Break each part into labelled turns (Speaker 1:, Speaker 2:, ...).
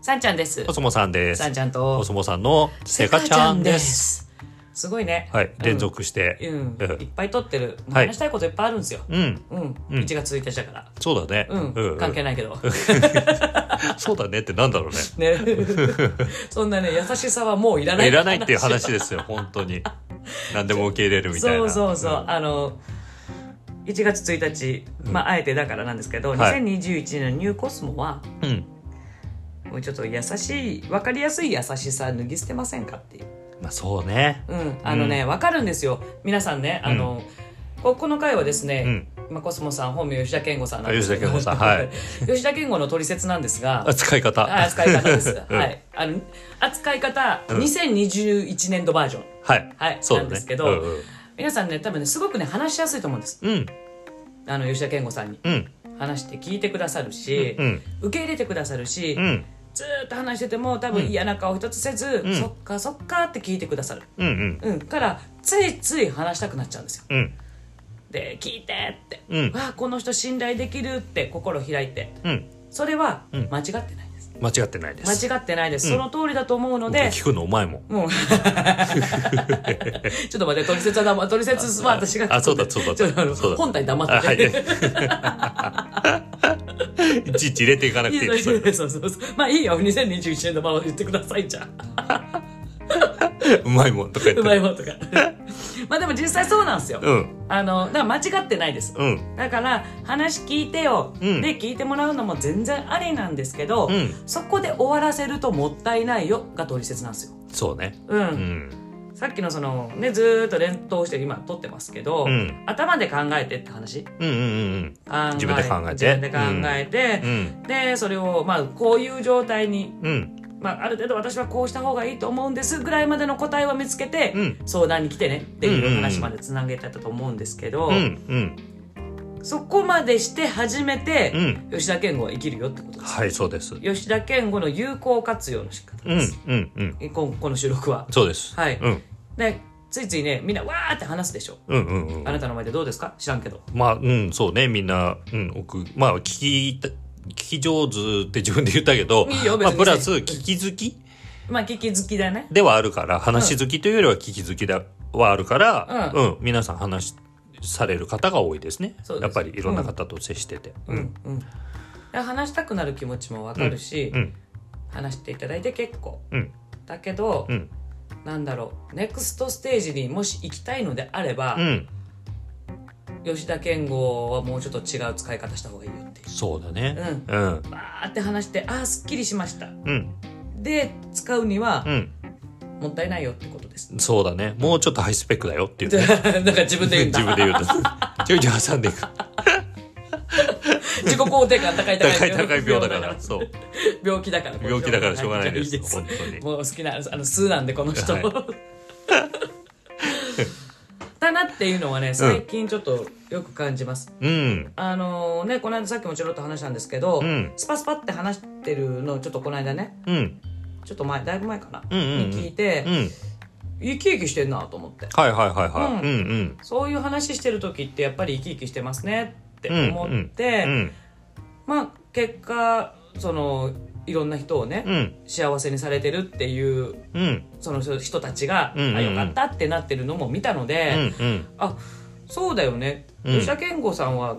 Speaker 1: さんちゃんです
Speaker 2: お。そもさんです
Speaker 1: さん。ちゃんと
Speaker 2: おそもさんのせかちゃんです。
Speaker 1: す。すごいね。
Speaker 2: はい、
Speaker 1: うん
Speaker 2: 連。続して。
Speaker 1: うん
Speaker 2: う、
Speaker 1: いっ
Speaker 2: ん
Speaker 1: ぱい撮ってる。
Speaker 2: はい
Speaker 1: 話したいこといっぱいあるんですよ。
Speaker 2: うん、
Speaker 1: うん、
Speaker 2: うん
Speaker 1: 1月1日だから。
Speaker 2: そうだね。
Speaker 1: うん、関係
Speaker 2: ない。
Speaker 1: ないけど。
Speaker 2: そうだねってなん だろうね。
Speaker 1: ね、そんなね、優しさはもういらない。
Speaker 2: いらないっていう話ですよ、本当 に。何でも受け入れるみたい
Speaker 1: そ
Speaker 2: な。
Speaker 1: うそうそう、あの1月1日、まああえてだからなんですけど、
Speaker 2: はい
Speaker 1: 2021年のニューコスモは
Speaker 2: うん。うん。
Speaker 1: もうちょっと優しい分かりやすい優しさ脱ぎ捨てませんかっていう、
Speaker 2: まあそうね。
Speaker 1: うん、あのね、分かるんですよ皆さんねあの、ここの回はですね、
Speaker 2: うん。
Speaker 1: まあ、コスモさん本名吉田健吾さんなんですけど
Speaker 2: あ吉田健吾さんはい
Speaker 1: 吉田健吾の取説なんですが
Speaker 2: 扱い方。
Speaker 1: あ扱い方です、
Speaker 2: うん
Speaker 1: はいあの扱い方、
Speaker 2: うん
Speaker 1: 2021年度バージョン
Speaker 2: はい。
Speaker 1: はい
Speaker 2: そうだ
Speaker 1: なん
Speaker 2: ね。
Speaker 1: ですけど
Speaker 2: うんうん
Speaker 1: 皆さんね多分ねすごくね話しやすいと思うんです
Speaker 2: うん。
Speaker 1: あの吉田健吾さんに
Speaker 2: うん。
Speaker 1: 話して聞いてくださるし、
Speaker 2: うん。
Speaker 1: 受け入れてくださるし、
Speaker 2: うん。
Speaker 1: ずーっと話してても多分嫌な顔一つせず、
Speaker 2: うん
Speaker 1: そっかそっかって聞いてくださる、
Speaker 2: うん。うん。
Speaker 1: うん、からついつい話したくなっちゃうんですよ
Speaker 2: うん。
Speaker 1: で聞いてって、
Speaker 2: うん
Speaker 1: わあこの人信頼できるって心開いて
Speaker 2: うん。
Speaker 1: それは
Speaker 2: うん
Speaker 1: 間違ってないです、
Speaker 2: 間違ってないです。
Speaker 1: 間違ってないです、
Speaker 2: うん
Speaker 1: その通りだと思うので
Speaker 2: 聞くのお前も。
Speaker 1: もう ちょっと待って取説は黙取説は私が
Speaker 2: あそうだそうだ
Speaker 1: ちょっとあの
Speaker 2: そうだ
Speaker 1: 本体黙って
Speaker 2: あ
Speaker 1: て、
Speaker 2: はい。いち いち入れていかなく
Speaker 1: い
Speaker 2: ていい
Speaker 1: や
Speaker 2: です。そ
Speaker 1: そう
Speaker 2: れ
Speaker 1: そうそうそうまあいいよ2021年のまま言ってくださいじゃ あ
Speaker 2: うまいもんとか言って。
Speaker 1: うまいもんとかまあでも実際そうなんですよ、
Speaker 2: うん。
Speaker 1: あのだから間違ってないです、
Speaker 2: うん。
Speaker 1: だから話聞いてよ、
Speaker 2: うん
Speaker 1: で聞いてもらうのも全然ありなんですけど、
Speaker 2: うん
Speaker 1: そこで終わらせるともったいないよが取説なんですよ
Speaker 2: そうね。
Speaker 1: うん、
Speaker 2: うん。
Speaker 1: さっきのそのねずーっと連投して今撮ってますけど、
Speaker 2: うん
Speaker 1: 頭で考えてって話考
Speaker 2: うんうんうん
Speaker 1: え
Speaker 2: 自分で考え
Speaker 1: 自
Speaker 2: て
Speaker 1: 分で考えて
Speaker 2: うん。う、ん。
Speaker 1: でそれをまあこういう状態に
Speaker 2: うん。
Speaker 1: まあ、ある程度私はこうした方がいいと思うんですぐらいまでの答えを見つけて、
Speaker 2: うん
Speaker 1: 相談に来てねっていう話までつなげたと思うんですけど、
Speaker 2: うん。うん。
Speaker 1: そこまでして初め
Speaker 2: う
Speaker 1: て
Speaker 2: ん。
Speaker 1: 吉田健吾は生きるよってことです、
Speaker 2: はい、そうです。
Speaker 1: 吉田健吾の有効活用の仕方
Speaker 2: う
Speaker 1: で
Speaker 2: ん
Speaker 1: す、。
Speaker 2: うん。うん。
Speaker 1: こんこの収録は、
Speaker 2: そうです。
Speaker 1: はい
Speaker 2: うん。
Speaker 1: でついついねみんなわーって話すでしょ
Speaker 2: うんうんうん
Speaker 1: あ。なたの前でどうですか知らんけど
Speaker 2: まあ、うん、そうね、みんな、うん、奥、まあ、聞き、聞き上手って自分で言ったけど、
Speaker 1: いいよ別に
Speaker 2: まあ、プラス、聞き好き
Speaker 1: まあ聞き好きだね
Speaker 2: ではあるから、話好きというよりは聞き好きではあるから、
Speaker 1: う
Speaker 2: うん、皆さん話される方が多いですね。
Speaker 1: そうです
Speaker 2: やっぱりいろんな方と接してて。う。
Speaker 1: うんんうんで話したくなる気持ちもわかるし、
Speaker 2: うん。
Speaker 1: 話していただいて結構
Speaker 2: うん。
Speaker 1: だけど、
Speaker 2: うん。
Speaker 1: なんだろうネクストステージにもし行きたいのであれば、
Speaker 2: うん。
Speaker 1: 吉田健吾はもうちょっと違う使い方した方がいいよっていう
Speaker 2: そうだね。
Speaker 1: う
Speaker 2: うん。
Speaker 1: バーって話してああすっきりしました
Speaker 2: うん。
Speaker 1: で使うには
Speaker 2: うん。
Speaker 1: もったいないよってことです、
Speaker 2: そうだね。もうちょっとハイスペックだよっていう、
Speaker 1: だ
Speaker 2: ね。
Speaker 1: から自分で言うんだ
Speaker 2: 自分で言うと。ちょいちょい挟んでいく。
Speaker 1: 自己肯定感高 い
Speaker 2: 高
Speaker 1: 高い
Speaker 2: い高い病だから。そう。
Speaker 1: 病気だから
Speaker 2: 病気だからしょうがないです。
Speaker 1: も
Speaker 2: 本当に。
Speaker 1: う好きなあの数なんでこの人、
Speaker 2: はい
Speaker 1: だなっていうのはね最近ちょっとよく感じます、
Speaker 2: うん。
Speaker 1: あのねこの間さっきもちょろっと話したんですけど、
Speaker 2: うん
Speaker 1: スパスパって話してるのをちょっとこの間ね
Speaker 2: うん。
Speaker 1: ちょっと前だいぶ前かな、
Speaker 2: うんうんうん
Speaker 1: に聞いて、
Speaker 2: うん。
Speaker 1: 生き生きしてんなと思って
Speaker 2: はいはいはいはい。
Speaker 1: う
Speaker 2: うんんうん。
Speaker 1: そういう話してる時ってやっぱり生き生きしてますねって思って、
Speaker 2: うん
Speaker 1: まあ結果そのいろんな人をね、
Speaker 2: うん
Speaker 1: 幸せにされてるっていう
Speaker 2: うん
Speaker 1: その人人たちが、
Speaker 2: うんうんうん
Speaker 1: あよかったってなってるのも見たの
Speaker 2: う
Speaker 1: で、
Speaker 2: んうん。
Speaker 1: あそうだよね、
Speaker 2: うん
Speaker 1: 吉田健吾さんは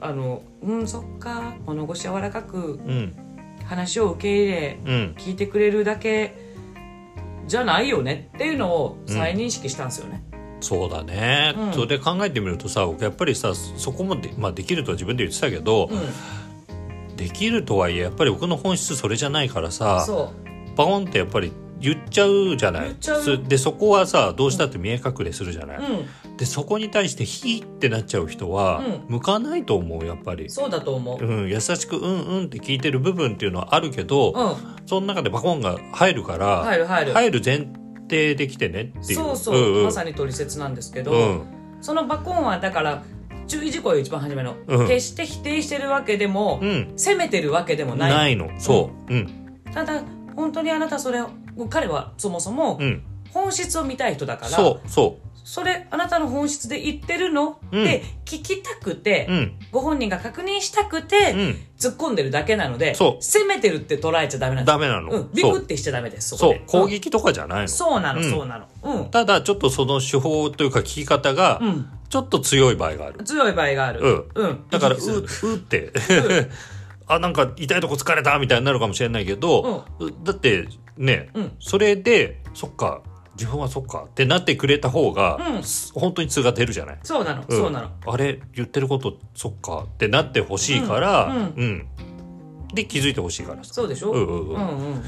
Speaker 1: あのうんそっか物腰柔らかく
Speaker 2: うん
Speaker 1: 話を受け入れ
Speaker 2: うん。
Speaker 1: 聞いてくれるだけじゃないよねっていうのを再認識したんですよね。
Speaker 2: そうだね、
Speaker 1: うん
Speaker 2: それで考えてみるとさやっぱりさそこもで,、まあ、できるとは自分で言ってたけど、
Speaker 1: うん、
Speaker 2: できるとはいえやっぱり僕の本質それじゃないからさ
Speaker 1: そう
Speaker 2: バコンってやっぱり言っちゃうじゃない
Speaker 1: 言っちゃう
Speaker 2: すでそこはさどうしたって見え隠れするじゃない、
Speaker 1: うん
Speaker 2: でそこに対して「ひ」ってなっちゃう人は
Speaker 1: うん
Speaker 2: 向かないと思うやっぱり、
Speaker 1: そうだと思う。
Speaker 2: うん、優しく「うんうん」って聞いてる部分っていうのはあるけど、
Speaker 1: うん、
Speaker 2: その中でバコンが入るから、
Speaker 1: 入る入る。
Speaker 2: 入る前提できてねっていう
Speaker 1: そうそう、
Speaker 2: んうん、
Speaker 1: まさに取説なんですけど、
Speaker 2: うん
Speaker 1: そのバコンはだから注意事項よ一番初めの、
Speaker 2: うん
Speaker 1: 決して否定してるわけでも、
Speaker 2: うん
Speaker 1: 責めてるわけでもない
Speaker 2: ないのそううん
Speaker 1: ただ本当にあなたそれを彼はそもそも
Speaker 2: うん
Speaker 1: 本質を見たい人だから、
Speaker 2: そうそ
Speaker 1: それあなたの本質で言ってるの、
Speaker 2: うん
Speaker 1: って聞きたくて、
Speaker 2: うん
Speaker 1: ご本人が確認したくて、
Speaker 2: うん
Speaker 1: 突っ込んでるだけなので
Speaker 2: そう
Speaker 1: 攻めてるって捉えちゃダメなんです
Speaker 2: ダメなの、
Speaker 1: うん、ビ
Speaker 2: そ
Speaker 1: クっ
Speaker 2: う
Speaker 1: てしちゃダメですそこ
Speaker 2: そう
Speaker 1: で
Speaker 2: 攻
Speaker 1: うん
Speaker 2: 撃とかじゃないの、
Speaker 1: そうなの、
Speaker 2: うん
Speaker 1: そうなのうん
Speaker 2: ただちょっとその手法というか聞き方が
Speaker 1: うん
Speaker 2: ちょっと強い場合がある、
Speaker 1: 強い場合がある
Speaker 2: うん
Speaker 1: うん
Speaker 2: だから「う」
Speaker 1: びっくりする
Speaker 2: うって あなんか痛いとこ疲れたみたいになるかもしれないけど、だってね、
Speaker 1: うん
Speaker 2: それでそっか自分はそっかってなってくれた方が、
Speaker 1: うん
Speaker 2: す本当に通が出るじゃない、
Speaker 1: そうなの、
Speaker 2: ん
Speaker 1: そうなの
Speaker 2: あれ言ってることそっかってなってほしいから
Speaker 1: うんうん
Speaker 2: うんで気づいてほしいからさ
Speaker 1: そうでしょ、
Speaker 2: うんうんうん
Speaker 1: うんうん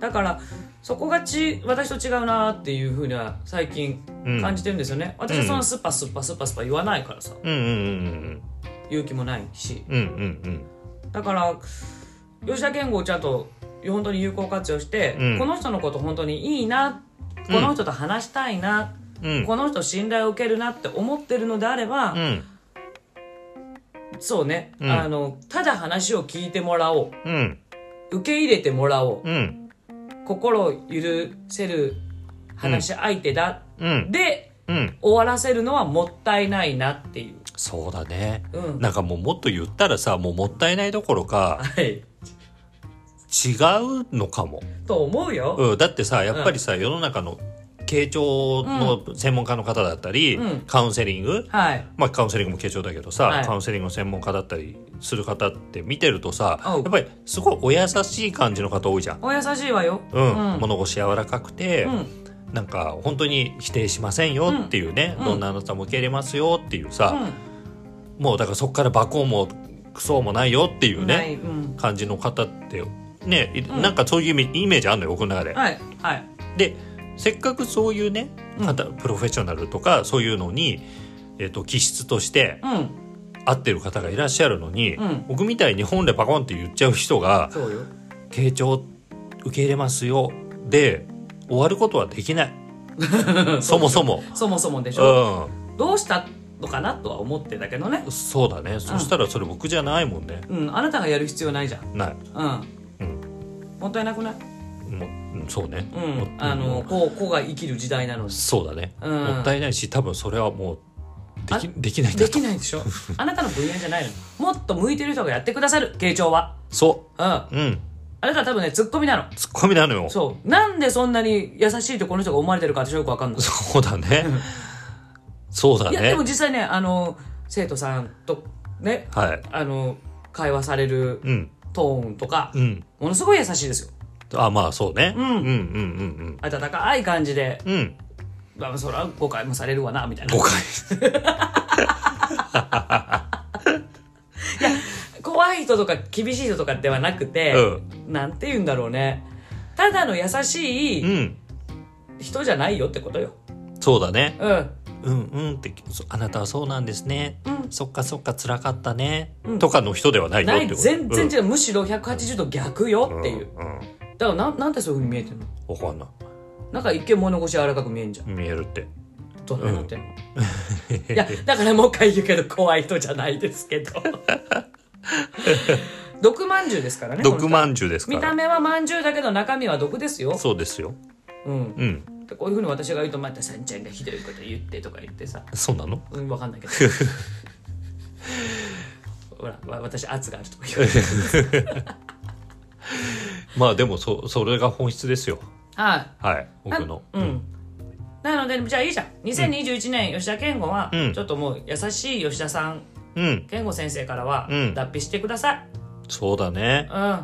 Speaker 1: だからそこがち私と違うなっていうふうには最近
Speaker 2: うん
Speaker 1: 感じてるんですよね、私はそんなスッパスッパスッパスッパ言わないからさ
Speaker 2: うんうん
Speaker 1: 勇気もないし
Speaker 2: うんうんうん
Speaker 1: だから吉田健吾をちゃんと本当に有効活用して、
Speaker 2: うん
Speaker 1: この人のこと本当にいいなこの人と話したいな、
Speaker 2: うんうん
Speaker 1: この人信頼を受けるなって思ってるのであれば、
Speaker 2: うん
Speaker 1: そうね、
Speaker 2: うん
Speaker 1: あのただ話を聞いてもらおう
Speaker 2: うん
Speaker 1: 受け入れてもらおう、
Speaker 2: うん
Speaker 1: 心を許せる話し相手だ、
Speaker 2: うん
Speaker 1: で
Speaker 2: うん
Speaker 1: 終わらせるのはもったいないなっていう。
Speaker 2: そうだね
Speaker 1: うん、
Speaker 2: なんかもうもっと言ったらさもうもったいないどころか
Speaker 1: はい
Speaker 2: 違うのかも、
Speaker 1: と思うよ。
Speaker 2: うん、だってさやっぱりさ、世の中の傾聴の専門家の方だったり、
Speaker 1: うん
Speaker 2: カウンセリング
Speaker 1: はい。
Speaker 2: まあカウンセリングも傾聴だけどさ、
Speaker 1: はい
Speaker 2: カウンセリングの専門家だったりする方って見てるとさ
Speaker 1: う
Speaker 2: や
Speaker 1: ん
Speaker 2: っぱりすごいお優しい感じの方多いじゃん。
Speaker 1: お優しいわよ。
Speaker 2: うん
Speaker 1: うん
Speaker 2: 物腰柔らかくて、
Speaker 1: うん
Speaker 2: なんか本当に否定しませんよっていうね、
Speaker 1: うん
Speaker 2: どんなあなたも受け入れますよっていう
Speaker 1: う
Speaker 2: さ、
Speaker 1: ん
Speaker 2: もうだからそこから罵倒もクソもないよっていうね、
Speaker 1: ないうん、
Speaker 2: 感じの方ってね、い
Speaker 1: うん
Speaker 2: なんかそういうイメイメージあるのよ僕の中で。
Speaker 1: はいはい。
Speaker 2: でせっかくそういうね
Speaker 1: うん
Speaker 2: 方プロフェッショナルとかそういうのに、えっと気質として
Speaker 1: うん
Speaker 2: 合ってる方がいらっしゃるのに、
Speaker 1: うん
Speaker 2: 僕みたいに本でパコンって言っちゃう人が
Speaker 1: そうよ。
Speaker 2: 「傾聴受け入れますよ」で終わることはで きないそもそも。
Speaker 1: そもそもでしょ。
Speaker 2: う
Speaker 1: どうしたのかなとは思ってたけどね。
Speaker 2: ん、そうだね、そしたらそれ僕じゃないもんね
Speaker 1: うんあなたがやる必要ないじゃん。
Speaker 2: ない、
Speaker 1: うん。もったいなくない。
Speaker 2: もうんそうね、
Speaker 1: う
Speaker 2: も
Speaker 1: んあのこう子が生きる時代 なのに。
Speaker 2: そうだね、
Speaker 1: うん
Speaker 2: もったいないし多分それはもうでき
Speaker 1: あ
Speaker 2: できないんだ
Speaker 1: でき
Speaker 2: と
Speaker 1: ないでしょあなたの分野じゃないのもっと向いてる人がやってくださる慶長は
Speaker 2: そ
Speaker 1: うんあ
Speaker 2: ううん
Speaker 1: なたは多分ねツッコミなの
Speaker 2: ツッコミなのよそ
Speaker 1: そうなんでそんなに優しいとこの人が思われてるか私よくわかんないう
Speaker 2: だねそうだ
Speaker 1: いやで
Speaker 2: ね
Speaker 1: も実際ねあの生徒さんとね
Speaker 2: はい
Speaker 1: あの会話される
Speaker 2: うん
Speaker 1: トーンとか、
Speaker 2: うん
Speaker 1: ものすごい優しいですよ
Speaker 2: あまあそうね、
Speaker 1: うん
Speaker 2: うんうん
Speaker 1: 温かい感じで、
Speaker 2: うんうんうん
Speaker 1: まあ、そら誤解もされるわなみたいな
Speaker 2: 誤解
Speaker 1: 怖い人とか厳しい人とかではなくて、なんて言うんだろうねただの優し
Speaker 2: う
Speaker 1: い
Speaker 2: ん
Speaker 1: 人じゃないよってことよ
Speaker 2: そうだね
Speaker 1: うん
Speaker 2: うんうんってそあなたはそうなんですね、
Speaker 1: うん
Speaker 2: そっかそっか辛かったね、
Speaker 1: うん
Speaker 2: とかの人ではないよっ
Speaker 1: な
Speaker 2: て
Speaker 1: い
Speaker 2: こと
Speaker 1: 全然違う、むしろ180度逆よっていう、
Speaker 2: うん、うん
Speaker 1: だからなんなんでそういうふうに見えてるの
Speaker 2: わかんない
Speaker 1: なんか一見物腰柔らかく見えんじゃん
Speaker 2: 見えるって
Speaker 1: どんなになってんの、いやだからもう一回言うけど怖い人じゃないです けど毒まんじゅうですからね
Speaker 2: 毒ま
Speaker 1: 本
Speaker 2: んじゅうです
Speaker 1: 当に
Speaker 2: か
Speaker 1: 見た
Speaker 2: ら
Speaker 1: 目はまんじゅうだけど中身は毒ですよ
Speaker 2: そうですよ
Speaker 1: う、ん、
Speaker 2: うん
Speaker 1: でこういうふうに私が言うとまたさんちゃんがひどいこと言ってとか言ってさ
Speaker 2: そうなの
Speaker 1: うんわかん ないけどほらわ私圧があるとか言う
Speaker 2: まあでもそそれが本質ですよ
Speaker 1: はい
Speaker 2: はい僕の
Speaker 1: あうんなのでじゃあいいじゃん2021年吉田健吾は、
Speaker 2: うん
Speaker 1: ちょっともう優しい吉田さん
Speaker 2: うん
Speaker 1: 健吾先生からは、
Speaker 2: うん
Speaker 1: 脱皮してください
Speaker 2: そうだね
Speaker 1: うんうん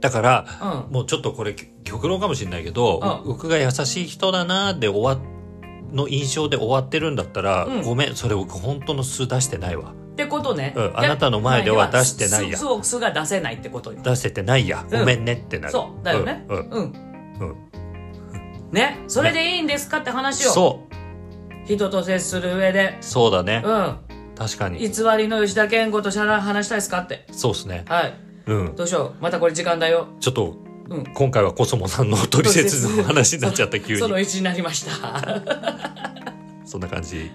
Speaker 2: だからもうちょっとこれ極論かもしれないけど
Speaker 1: うん
Speaker 2: 僕が優しい人だなーで終わの印象で終わってるんだったら、
Speaker 1: うん
Speaker 2: ごめんそれ僕本当の素出してないわ
Speaker 1: ってことね、
Speaker 2: うん
Speaker 1: で
Speaker 2: あなたの前では出してないや
Speaker 1: 素素素が出せないってことよ
Speaker 2: 出せてないや、
Speaker 1: うん
Speaker 2: ごめんねってなる
Speaker 1: そうだよね
Speaker 2: うん、う
Speaker 1: うん、
Speaker 2: んうん
Speaker 1: ねそれでいいんですかって話を、
Speaker 2: そう
Speaker 1: 人と接する上で
Speaker 2: そうだね、
Speaker 1: うん
Speaker 2: 確かに
Speaker 1: 偽りの吉田健吾としゃら話したいですかって
Speaker 2: そうですね
Speaker 1: はい
Speaker 2: うん
Speaker 1: どうしようまたこれ時間だよ
Speaker 2: ちょっと、
Speaker 1: うん
Speaker 2: 今回はコソモさんのトリ セツの話になっちゃった急に
Speaker 1: その1になりましたは
Speaker 2: そんな感じ
Speaker 1: い